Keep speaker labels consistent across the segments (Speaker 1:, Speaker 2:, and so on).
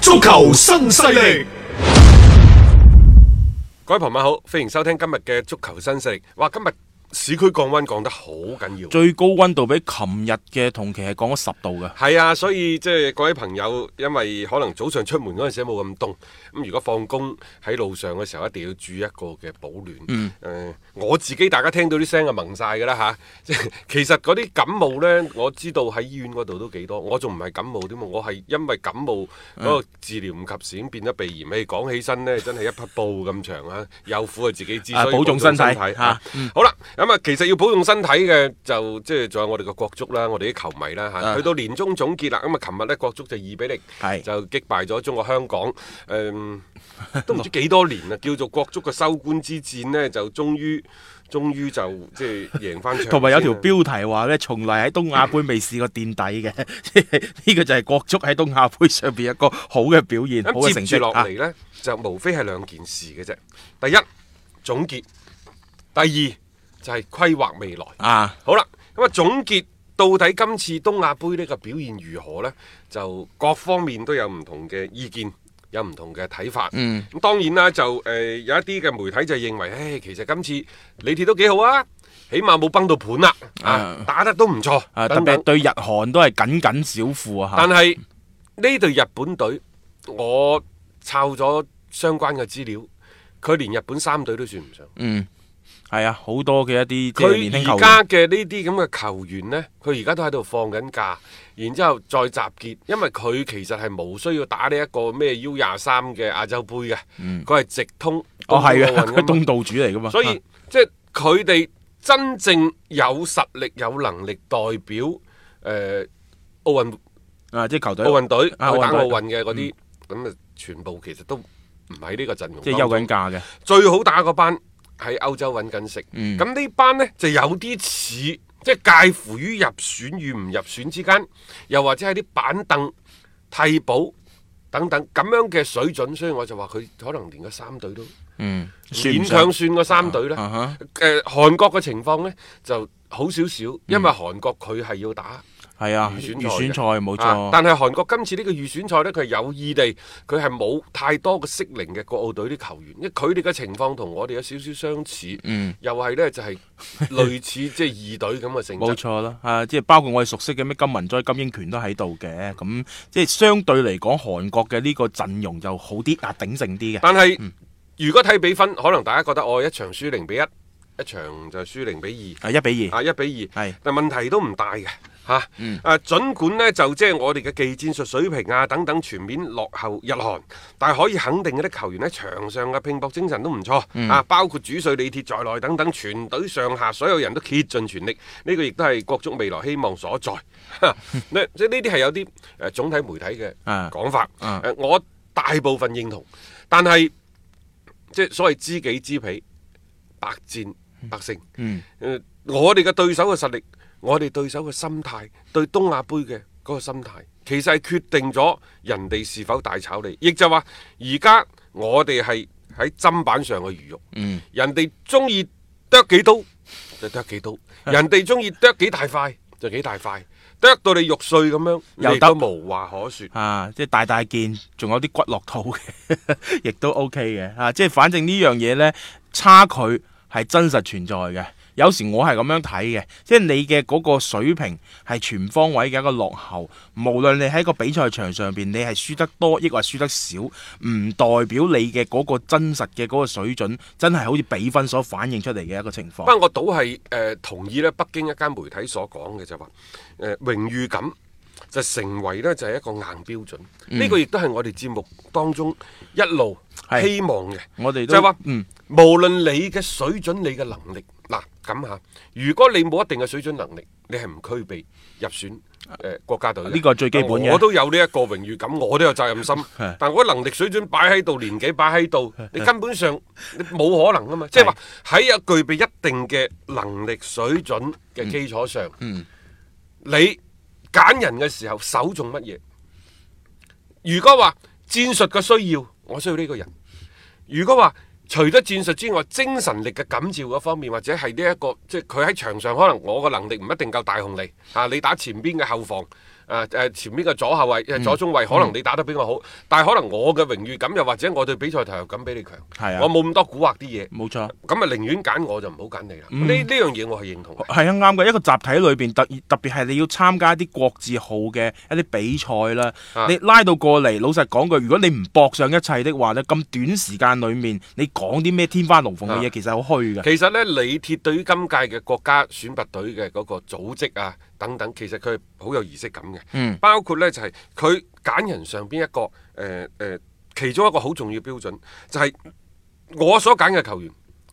Speaker 1: 足球新勢力，
Speaker 2: 各位朋友好，歡迎收聽今日嘅足球新勢力。哇，今日市區降溫降得好緊要。啊
Speaker 3: 最高温度比琴日嘅同期係降咗十度嘅。
Speaker 2: 係啊，所以即係各位朋友，因為可能早上出門嗰陣時冇咁凍，咁如果放工喺路上嘅時候，一定要注意一個嘅保暖。嗯、我自己大家聽到啲聲啊，蒙晒㗎啦吓，即係 其實嗰啲感冒呢，我知道喺醫院嗰度都幾多。我仲唔係感冒添嘛，啊我係因為感冒
Speaker 3: 嗯
Speaker 2: 嗰個治療唔及時，已經變咗鼻炎。你講起身呢，真係一匹布咁長啊！有苦啊自己知，
Speaker 3: 啊
Speaker 2: 所以
Speaker 3: 保重身體嚇
Speaker 2: 啊好啦，咁啊，其實要保重身體嘅就即係仲有我哋嘅國足啦，我哋啲球迷啦嚇。
Speaker 3: 啊
Speaker 2: 去到年終總結啦，咁啊，琴日呢，國足就二比零
Speaker 3: 係
Speaker 2: 就擊敗咗中國香港，誒、都唔知幾多年啦，叫做國足嘅收官之戰呢，就終於終於就即係贏翻場先啊。
Speaker 3: 同埋有條標題話咧，從嚟喺東亞杯未試過墊底嘅， 即係呢個就係國足喺東亞杯上邊一個好嘅表現，好嘅
Speaker 2: 咁
Speaker 3: 成
Speaker 2: 接住
Speaker 3: 績
Speaker 2: 落
Speaker 3: 啊
Speaker 2: 嚟呢，就無非係兩件事嘅啫。第一總結，第二就係規劃未來。
Speaker 3: 啊，
Speaker 2: 好啦，咁啊總結到底今次東亞杯呢個表現如何呢？就各方面都有唔同嘅意見。有唔同嘅睇法，咁、
Speaker 3: 嗯
Speaker 2: 當然啦，就誒、呃有一啲嘅媒體就認為，誒其實今次你哋都幾好啊，起碼冇崩到盤啦，啊
Speaker 3: 啊
Speaker 2: 打得都唔錯，
Speaker 3: 啊特
Speaker 2: 等
Speaker 3: 別係
Speaker 2: 等。
Speaker 3: 對日韓都係僅僅少負啊
Speaker 2: 但
Speaker 3: 嚇。
Speaker 2: 係呢隊日本隊，我抄咗相關嘅資料，佢連日本三隊都算唔上。
Speaker 3: 嗯，係啊，好多嘅一啲即係
Speaker 2: 佢
Speaker 3: 年輕球
Speaker 2: 而
Speaker 3: 員
Speaker 2: 家嘅呢啲咁嘅球員呢，佢而家都喺度放緊假，然之後再集結，因為佢其實係冇需要打呢一個咩 U 廿三嘅亞洲杯嘅，佢係、直通
Speaker 3: 嗯哦
Speaker 2: 東
Speaker 3: 係
Speaker 2: 京奧
Speaker 3: 啊，
Speaker 2: 運
Speaker 3: 佢
Speaker 2: 㗎嘛
Speaker 3: 東道主嚟噶嘛。
Speaker 2: 所以、
Speaker 3: 啊
Speaker 2: 即係佢哋真正有實力、有能力代表誒、呃、奧運
Speaker 3: 啊，即係球隊
Speaker 2: 奧運隊去打
Speaker 3: 啊奧運隊
Speaker 2: 奧運嘅嗰啲，咁啊、全部其實都唔喺呢個陣容
Speaker 3: 即係
Speaker 2: 當
Speaker 3: 休
Speaker 2: 中
Speaker 3: 緊假嘅。
Speaker 2: 最好打嗰班喺歐洲揾緊食。咁、
Speaker 3: 嗯
Speaker 2: 呢班呢，就有啲似，即係介乎於入選與唔入選之間，又或者係啲板凳替補等等咁樣嘅水準，所以我就話佢可能連個三隊都
Speaker 3: 嗯，算唔
Speaker 2: 勉
Speaker 3: 上
Speaker 2: 強算個三隊啦。誒、
Speaker 3: 啊哈
Speaker 2: 韓國嘅情況呢，就好少少，因為
Speaker 3: 嗯
Speaker 2: 韓國佢係要打。
Speaker 3: 係啊，
Speaker 2: 預
Speaker 3: 預
Speaker 2: 選
Speaker 3: 選賽
Speaker 2: 嘅
Speaker 3: 冇
Speaker 2: 啊
Speaker 3: 錯。
Speaker 2: 但係韓國今次呢個預選賽呢，佢係有意地，佢係冇太多嘅適齡嘅國奧隊啲球員，因為佢哋嘅情況同我哋有少少相似，
Speaker 3: 嗯
Speaker 2: 又係呢，就係、類 似即係二隊咁嘅性
Speaker 3: 冇
Speaker 2: 質。
Speaker 3: 錯啦，啊，即係包括我哋熟悉嘅咩金文災、金英權都喺度嘅，咁即係相對嚟講，韓國嘅呢個陣容就好啲，啊鼎盛啲嘅。
Speaker 2: 但係、如果睇比分，可能大家覺得哦我一場輸零比一，一場就輸零比
Speaker 3: 啊，一比
Speaker 2: 二，
Speaker 3: 二，
Speaker 2: 啊一比二，
Speaker 3: 係嗯
Speaker 2: 但問題都唔大嘅。嚇！啊，儘管呢，就即係我哋嘅技戰術水平啊等等全面落後日韓，但係可以肯定嘅啲球員喺場上嘅拼搏精神都唔錯、
Speaker 3: 嗯
Speaker 2: 啊，包括主帥李鐵在內等等，全隊上下所有人都竭盡全力，呢、個亦都係國足未來希望所在。 啊 呢即係呢啲係有啲誒、呃、總體媒體嘅
Speaker 3: 啊
Speaker 2: 講法，
Speaker 3: 啊
Speaker 2: 呃我大部分認同，但係即係所謂知己知彼，百戰百勝。
Speaker 3: 嗯，
Speaker 2: 誒我哋嘅對手嘅實力，我哋對手嘅心態，對東亞杯嘅嗰個心態，其實係決定咗人哋是否大炒你。亦就話，而家我哋係喺砧板上嘅魚肉，
Speaker 3: 嗯
Speaker 2: 人哋中意剁幾刀就剁幾刀，
Speaker 3: 嗯
Speaker 2: 人哋中意剁幾大塊就幾大塊，剁到你肉碎咁樣，
Speaker 3: 又
Speaker 2: 你都
Speaker 3: 得
Speaker 2: 無話可説。
Speaker 3: 啊，即係大大件，仲有啲骨落肚嘅， 亦都 OK 嘅，啊，即係反正呢樣嘢呢，差距係真實存在嘅。有時我係咁樣睇嘅，即係你嘅嗰個水平係全方位嘅一個落後，無論你喺個比賽場上邊你係輸得多，抑或輸得少，唔代表你嘅嗰個真實嘅嗰個水準，真係好似比分所反映出嚟嘅一個情況。
Speaker 2: 不過我倒係誒同意咧，北京一間媒體所講嘅就話誒、呃榮譽感就成為呢，就係、一個硬標準。呢、個亦都係我哋節目當中一路
Speaker 3: 係
Speaker 2: 希望嘅。
Speaker 3: 我哋
Speaker 2: 就
Speaker 3: 都
Speaker 2: 係話，
Speaker 3: 嗯
Speaker 2: 無論你嘅水準、你嘅能力，嗱咁嚇，如果你冇一定嘅水準能力，你係唔俱備入選誒、呃、國家隊嘅。
Speaker 3: 呢個係最基本嘅
Speaker 2: 我都有呢一個榮譽感，我都有責任心
Speaker 3: 係，
Speaker 2: 但我能力水準擺喺度，年紀擺喺度，你根本上你冇可能噶啊嘛。即係話喺有具備一定嘅能力水準嘅基礎上，
Speaker 3: 嗯
Speaker 2: 你揀人嘅時候首重乜嘢？如果話戰術嘅需要，我需要呢個人；如果話除咗戰術之外，精神力嘅感召嗰方面，或者係呢一個即係佢喺場上可能我嘅能力唔一定夠大紅利啊，你打前邊嘅後防。誒誒、前邊嘅左後衞、
Speaker 3: 嗯
Speaker 2: 誒左中衞，可能你打得比我好，但係可能我嘅榮譽感又或者我對比賽投入感比你強，
Speaker 3: 係啊
Speaker 2: 我冇咁多蠱惑啲嘢，
Speaker 3: 冇錯。
Speaker 2: 咁啊寧願揀我就唔好揀你啦。
Speaker 3: 嗯
Speaker 2: 呢呢樣嘢我係認同嘅。
Speaker 3: 係啊，啱嘅。一個集體裏邊特特別係你要參加一啲國字號嘅一啲比賽啦，
Speaker 2: 啊
Speaker 3: 你拉到過嚟，老實講句，如果你唔搏上一切的話咧，咁短時間裏面你講啲咩天花龍鳳嘅嘢，
Speaker 2: 啊
Speaker 3: 其實好虛嘅。
Speaker 2: 其實呢，李鐵對於今屆嘅國家選拔隊嘅嗰個組織啊等等，其實佢係好有儀式感嘅。
Speaker 3: 嗯
Speaker 2: 包括呢就係佢揀人上邊一個誒誒、呃呃其中一個好重要標準就係、我所揀嘅球員，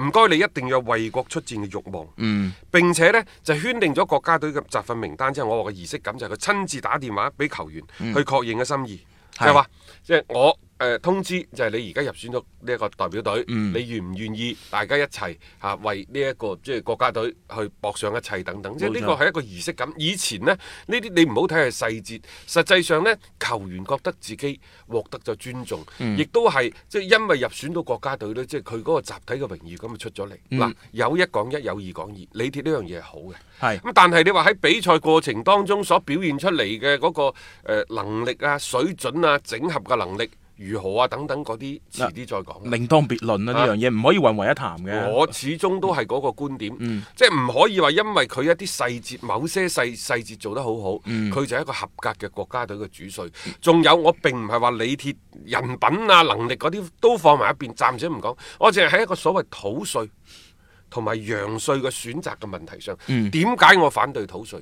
Speaker 2: 唔該你一定要有為國出戰嘅慾望。
Speaker 3: 嗯，
Speaker 2: 並且呢，就圈定咗國家隊嘅集訓名單之後，我話嘅儀式感就係佢親自打電話俾球員去確認嘅心意，
Speaker 3: 嗯
Speaker 2: 就
Speaker 3: 係
Speaker 2: 係話即係我誒、呃通知就係你而家入選咗呢一個代表隊，
Speaker 3: 嗯
Speaker 2: 你願唔願意大家一齊嚇、啊、為呢、一個即係國家隊去搏上一切等等，即係
Speaker 3: 冇錯
Speaker 2: 呢個係一個儀式感。以前呢，呢啲你唔好睇係細節，實際上呢，球員覺得自己獲得咗尊重，
Speaker 3: 嗯
Speaker 2: 亦都係即係因為入選到國家隊呢，即係佢嗰個集體嘅榮譽咁就出咗嚟。
Speaker 3: 嗯
Speaker 2: 嗱、有一講一，有二講二，李鐵呢樣嘢係好嘅。
Speaker 3: 係
Speaker 2: 咁但係你話喺比賽過程當中所表現出嚟嘅嗰個呃能力啊、水準啊、整合嘅能力如何啊等等嗰啲，遲啲再講。
Speaker 3: 另當別論啦，呢樣嘢
Speaker 2: 啊
Speaker 3: 唔可以混為一談嘅。
Speaker 2: 我始終都係嗰個觀點，即係唔可以話因為佢一啲細節、某些細細節做得好好，佢、就係一個合格嘅國家隊嘅主帥。仲有我並唔係話李鐵人品啊、能力嗰啲都放埋一邊，暫且唔講。我淨係喺一個所謂土帥同埋洋帥嘅選擇嘅問題上，點解、我反對土帥？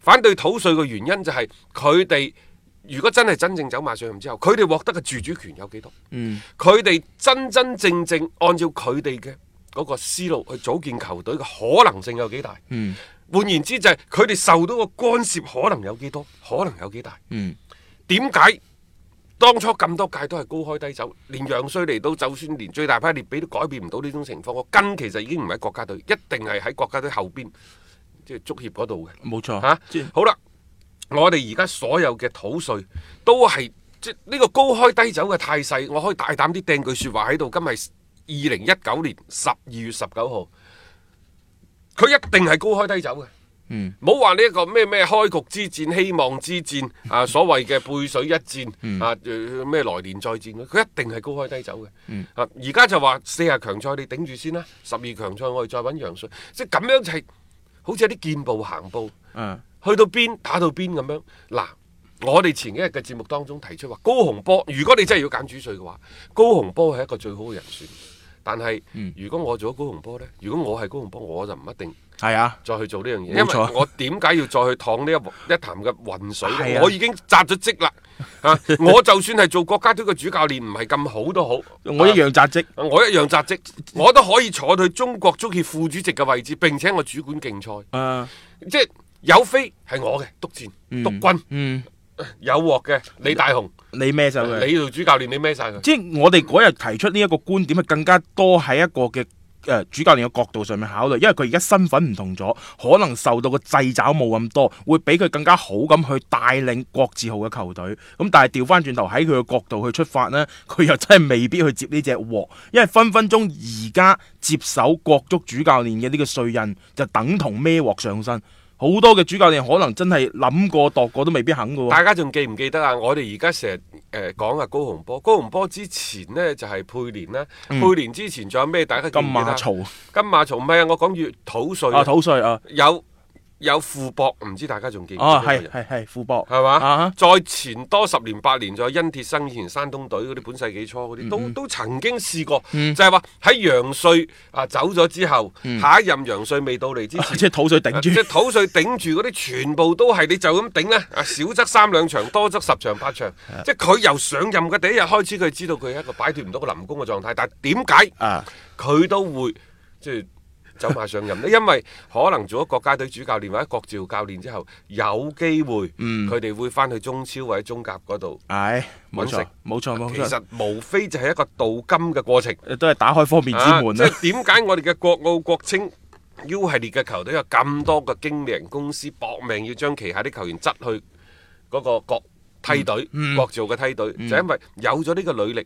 Speaker 2: 反對土帥嘅原因就係佢哋。如果真係真正走馬上任之後，佢哋獲得嘅自主權有幾多？
Speaker 3: 嗯
Speaker 2: 佢哋真真正正按照佢哋嘅嗰個思路去組建球隊嘅可能性有幾大？嗯，換言之就係佢哋受到嘅干涉可能有幾多？可能有幾大？
Speaker 3: 嗯，
Speaker 2: 點解當初咁多屆都係高開低走，連樣衰嚟到，就算連最大派列比都改變唔到呢種情況，個根其實已經唔喺國家隊，一定係喺國家隊後邊，即係足協嗰度嘅。
Speaker 3: 冇錯。
Speaker 2: 吓，
Speaker 3: 即係
Speaker 2: 好啦，我哋而家所有嘅土税都係即係呢個高開低走嘅態勢，我可以大膽啲掟句说話喺度。今日二零一九年十二月十九號，佢一定係高開低走嘅。
Speaker 3: 嗯，
Speaker 2: 冇話呢一個咩咩開局之戰、希望之戰啊，所謂嘅背水一戰、啊，呃咩來年再戰，佢一定係高開低走嘅。啊，而家就話四十強賽你頂住先啦，十二強賽我哋再揾洋帥，即係咁樣就係、好似有啲見步行步。
Speaker 3: 嗯，
Speaker 2: 去到邊打到邊咁樣。嗱，我哋前幾日嘅節目當中提出話，高洪波，如果你真係要揀主帥嘅話，高洪波係一個最好嘅人選。但係，如果我做咗高洪波呢，如果我係高洪波，我就唔一定
Speaker 3: 係啊。
Speaker 2: 再去做呢樣嘢，因
Speaker 3: 冇錯
Speaker 2: 為我點解要再去淌呢一一潭嘅渾水
Speaker 3: 係
Speaker 2: 呢？
Speaker 3: 啊
Speaker 2: 我已經扎咗職啦， 啊！我就算係做國家隊嘅主教練，唔係咁好都好，
Speaker 3: 我一
Speaker 2: 啊
Speaker 3: 樣扎職，
Speaker 2: 我一樣扎職，我都可以坐到去中國足協副主席嘅位置，並且我主管競賽。
Speaker 3: 誒，
Speaker 2: 即係有飛係我嘅督戰、督軍，
Speaker 3: 嗯，
Speaker 2: 有鑊嘅李大雄，
Speaker 3: 你孭手嘅。
Speaker 2: 你做主教練，你孭晒佢。
Speaker 3: 即係我哋嗰日提出呢一個觀點，係更加多喺一個嘅。誒、主教練嘅角度上面考慮，因為佢而家身份唔同咗，可能受到個掣肘冇咁多，會俾佢更加好咁去帶領國字號嘅球隊。咁但係調翻轉頭喺佢嘅角度去出發呢，佢又真係未必去接呢隻鑊，因為分分鐘而家接手國足主教練嘅呢個帥印，就等同孭鑊上身。好多嘅主教練可能真係諗過度過都未必肯嘅喎。
Speaker 2: 大家仲記唔記得啊？我哋而家成日誒講下高洪波，高洪波之前呢，就係、佩連啦，佩連之前仲有咩？大家記唔
Speaker 3: 嗯金
Speaker 2: 記得啊
Speaker 3: 馬槽
Speaker 2: 金馬槽唔係啊，我講粵土税
Speaker 3: 啊，土税啊，
Speaker 2: 有有富博，唔知大家仲記唔記得
Speaker 3: 哦，
Speaker 2: 呢個
Speaker 3: 係
Speaker 2: 人？
Speaker 3: 係係，富博
Speaker 2: 係嘛
Speaker 3: 啊？
Speaker 2: 再前多十年八年，仲有殷鐵生以前山東隊嗰啲本世紀初嗰
Speaker 3: 嗯
Speaker 2: 啲，都都曾經試過，就係話喺楊帥啊走咗之後，
Speaker 3: 嗯
Speaker 2: 下一任楊帥未到嚟之
Speaker 3: 哈
Speaker 2: 前。
Speaker 3: 即係土水頂
Speaker 2: 即
Speaker 3: 住
Speaker 2: 係，土水頂住嗰啲，全部都係你就咁頂啦。啊，少則三兩場，多則十場八場。即係佢由上任嘅第一日開始，佢知道佢係一個擺脱唔到個臨工嘅狀態。但係點解
Speaker 3: 啊
Speaker 2: 佢都會即係走馬上 任呢？因為可能做咗國家隊主教練或者國召教練之後，有機會佢哋會翻去中超或者中甲嗰度。
Speaker 3: 唉，冇
Speaker 2: 搵食
Speaker 3: 錯冇錯冇
Speaker 2: 其
Speaker 3: 錯，
Speaker 2: 實無非就係一個鍍金嘅過程。
Speaker 3: 都係打開方便之
Speaker 2: 啊
Speaker 3: 門
Speaker 2: 即
Speaker 3: 啦。
Speaker 2: 係點解我哋嘅國奧、國青 U 系列嘅球隊有咁多個經理人公司搏命要將旗下啲球員執去嗰個國梯隊、
Speaker 3: 嗯
Speaker 2: 國造嘅梯隊，就因為有咗呢個履歷。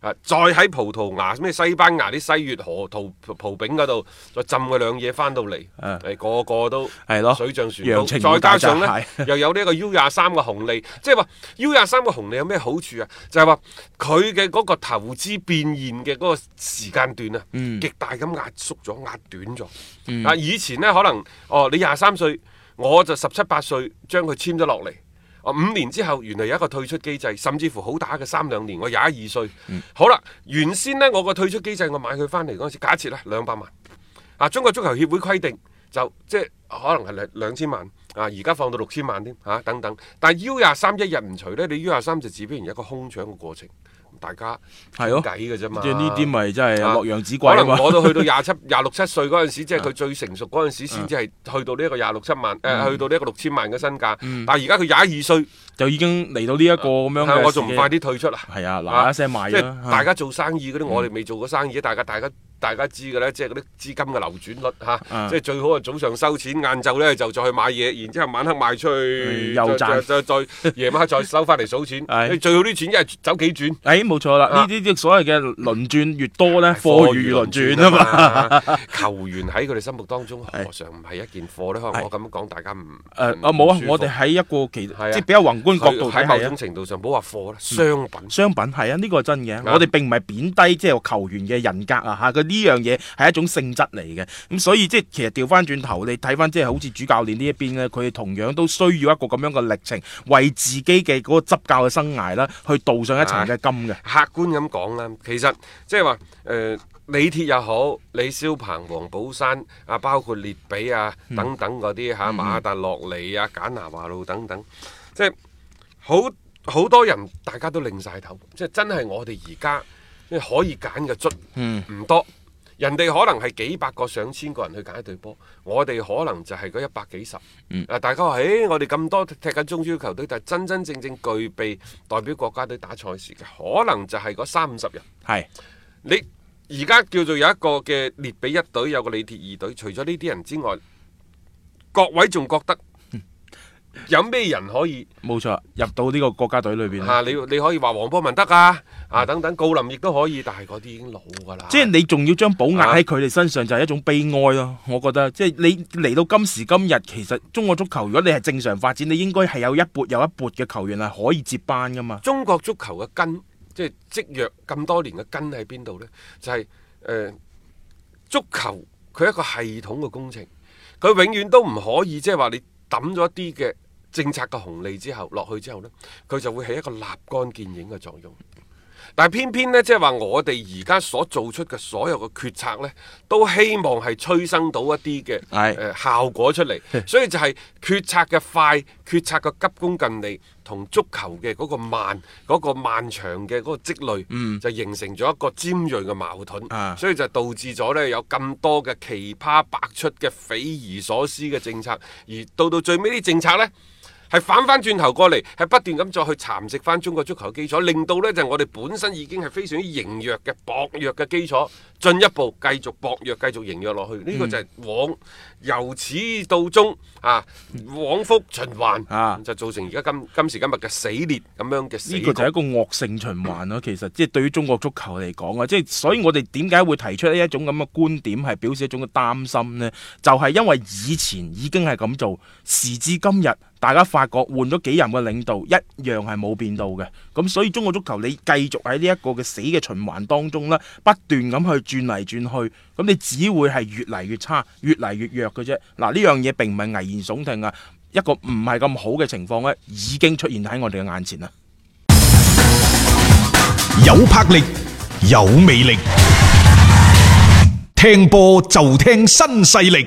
Speaker 2: 啊！再喺葡萄牙咩西班牙啲西月河圖葡丙嗰度再浸佢兩嘢翻到嚟，
Speaker 3: 啊
Speaker 2: 誒個個都
Speaker 3: 係咯
Speaker 2: 水漲船高，
Speaker 3: 陽晴與
Speaker 2: 再加上
Speaker 3: 大
Speaker 2: 呢
Speaker 3: 閘蟹
Speaker 2: 又有呢一個 U 廿三嘅紅利，即係話 U 廿三嘅紅利有咩好處啊？就係話佢嘅嗰個投資變現嘅嗰個時間段啊，
Speaker 3: 嗯
Speaker 2: 極大咁壓縮咗、壓短咗。啊，以前呢，可能哦，你廿三歲，我就十七八歲將佢簽咗落嚟。哦，五年之後原來有一個退出機制，甚至乎好打嘅三兩年，我廿一二歲。
Speaker 3: 嗯
Speaker 2: 好啦，原先呢，我個退出機制，我買佢翻嚟嗰陣時，假設啦兩百萬。啊，中國足球協會規定就即係可能係兩兩千萬啊，而家放到六千萬添嚇、啊等等。但係 U 廿三一日唔除呢，你 U 廿三就只不然有一個空搶嘅過程，大家
Speaker 3: 係咯
Speaker 2: 傾偈嘅啫嘛。
Speaker 3: 即係呢啲咪真係
Speaker 2: 啊
Speaker 3: 洛陽紙貴啊
Speaker 2: 可
Speaker 3: 嘛啊
Speaker 2: 能我到去到廿七、廿六七歲嗰陣時，即係佢最成熟嗰陣時，先至係去到呢一個廿六七萬，誒、
Speaker 3: 嗯
Speaker 2: 去到呢一個六千萬嘅身價。但係而家佢廿二歲。
Speaker 3: 就已經嚟到呢一個咁樣
Speaker 2: 啊
Speaker 3: 嘅
Speaker 2: 我仲唔
Speaker 3: 時機
Speaker 2: 快啲退出啊？
Speaker 3: 係啊嗱嗱聲賣咗
Speaker 2: 即
Speaker 3: 啊
Speaker 2: 係大家做生意嗰啲，我哋未做過生意，大家大家大家知嘅咧，即係嗰啲資金嘅流轉率嚇，
Speaker 3: 啊
Speaker 2: 即係最好係早上收錢，晏晝咧就再去買嘢，然之後晚黑賣出去，
Speaker 3: 嗯又
Speaker 2: 再
Speaker 3: 賺
Speaker 2: 再再再夜晚黑再收翻嚟數錢。
Speaker 3: 係
Speaker 2: 你最好啲錢一係走幾轉。
Speaker 3: 誒冇錯啦，
Speaker 2: 啊
Speaker 3: 呢啲啲所謂嘅輪轉越多咧， 貨如輪轉啊嘛。
Speaker 2: 嘛， 球員喺佢哋心目當中何嘗唔係一件貨咧？可能我咁講，大家唔
Speaker 3: 誒
Speaker 2: 唔
Speaker 3: 啊冇啊
Speaker 2: 嗯舒，服
Speaker 3: 我哋喺一個其
Speaker 2: 係啊
Speaker 3: 即係比較宏觀角度
Speaker 2: 佢
Speaker 3: 睇
Speaker 2: 喺某
Speaker 3: 係啊
Speaker 2: 種程度上，唔好話貨啦，商品。
Speaker 3: 商品係啊，呢、個係真嘅。我哋並唔係貶低即係球員嘅人格啊嚇，佢呢樣嘢係一種性質嚟嘅。咁所以即係其實調翻轉頭，你睇翻即係好似主教練呢一邊咧，佢哋同樣都需要一個咁樣嘅歷程，為自己嘅嗰個執教嘅生涯啦，去鍍上一層嘅金嘅。
Speaker 2: 客觀咁講啦，其實即係話誒李鐵又好，李霄鵬、黃寶山啊，包括列比啊等等嗰啲嚇，馬特洛尼啊、簡拿華路等等，即係好好多人大家都擰晒頭，即係真係我哋而家即係可以揀嘅卒唔多。人哋可能係幾百個、上千個人去揀一隊波，我哋可能就係嗰一百幾十。啊，大家話：，誒、我哋咁多踢緊中超球隊，但係真真正正具備代表國家隊打賽事嘅，可能就係嗰三五十人。
Speaker 3: 係
Speaker 2: 你而家叫做有一個嘅列比一隊，有個李鐵二隊，除咗呢啲人之外，各位仲覺得有咩人可以？
Speaker 3: 冇錯，入到呢個國家隊裏邊
Speaker 2: 嚇、
Speaker 3: 呢
Speaker 2: 啊你你可以話黃波文得啊，啊等等，郜林亦都可以，但係嗰啲已經老㗎啦。
Speaker 3: 嗯即係你仲要將寶壓喺佢哋身上，就係一種悲哀咯。我覺得，即係你嚟到今時今日，其實中國足球如果你係正常發展，你應該係有一撥又一撥嘅球員係可以接班噶嘛。
Speaker 2: 中國足球嘅根，即係積弱咁多年嘅根喺邊度呢？就係、呃足球佢係一個系統嘅工程，佢永遠都唔可以即係話你抌咗一啲嘅政策嘅紅利之後落去之後呢，佢就會起一個立竿見影嘅作用。但係偏偏呢，即係話我哋而家所做出嘅所有嘅決策呢，都希望係催生到一啲嘅呃
Speaker 3: 係
Speaker 2: 誒效果出嚟，所以就係決策嘅快、決策嘅急功近利，同足球嘅嗰個慢、嗰、個漫長嘅嗰個積累，就形成咗一個尖鋭嘅矛盾，
Speaker 3: 啊
Speaker 2: 所以就導致咗呢有咁多嘅奇葩百出嘅匪夷所思嘅政策，而到到最尾啲政策呢。係反翻轉頭過嚟，係不斷咁再去蠶食翻中國足球基礎，令到呢就係我哋本身已經係非常之羸弱嘅薄弱嘅基礎，進一步繼續薄弱，繼續羸弱落去。
Speaker 3: 嗯
Speaker 2: 呢、個就係往由始到終啊，往復循環
Speaker 3: 啊
Speaker 2: 就造成而家今今時今日嘅死裂咁樣嘅死
Speaker 3: 呢個就係一
Speaker 2: 局。
Speaker 3: 個惡性循環咯，其實即係對於中國足球嚟講啊，即係所以我哋點解會提出呢一種咁嘅觀點，係表示一種嘅擔心呢？就係、因為以前已經係咁做，時至今日大家發覺換咗幾任嘅領導，一樣係冇變到嘅。咁所以中國足球你繼續喺呢一個嘅死嘅循環當中咧，不斷咁去轉嚟轉去，咁你只會係越嚟越差，越嚟越弱嘅啫。嗱，呢樣嘢並唔係危言聳聽啊，一個唔係咁好嘅情況咧，已經出現喺我哋嘅眼前啦。
Speaker 1: 有魄力，有魅力，聽波就聽新勢力。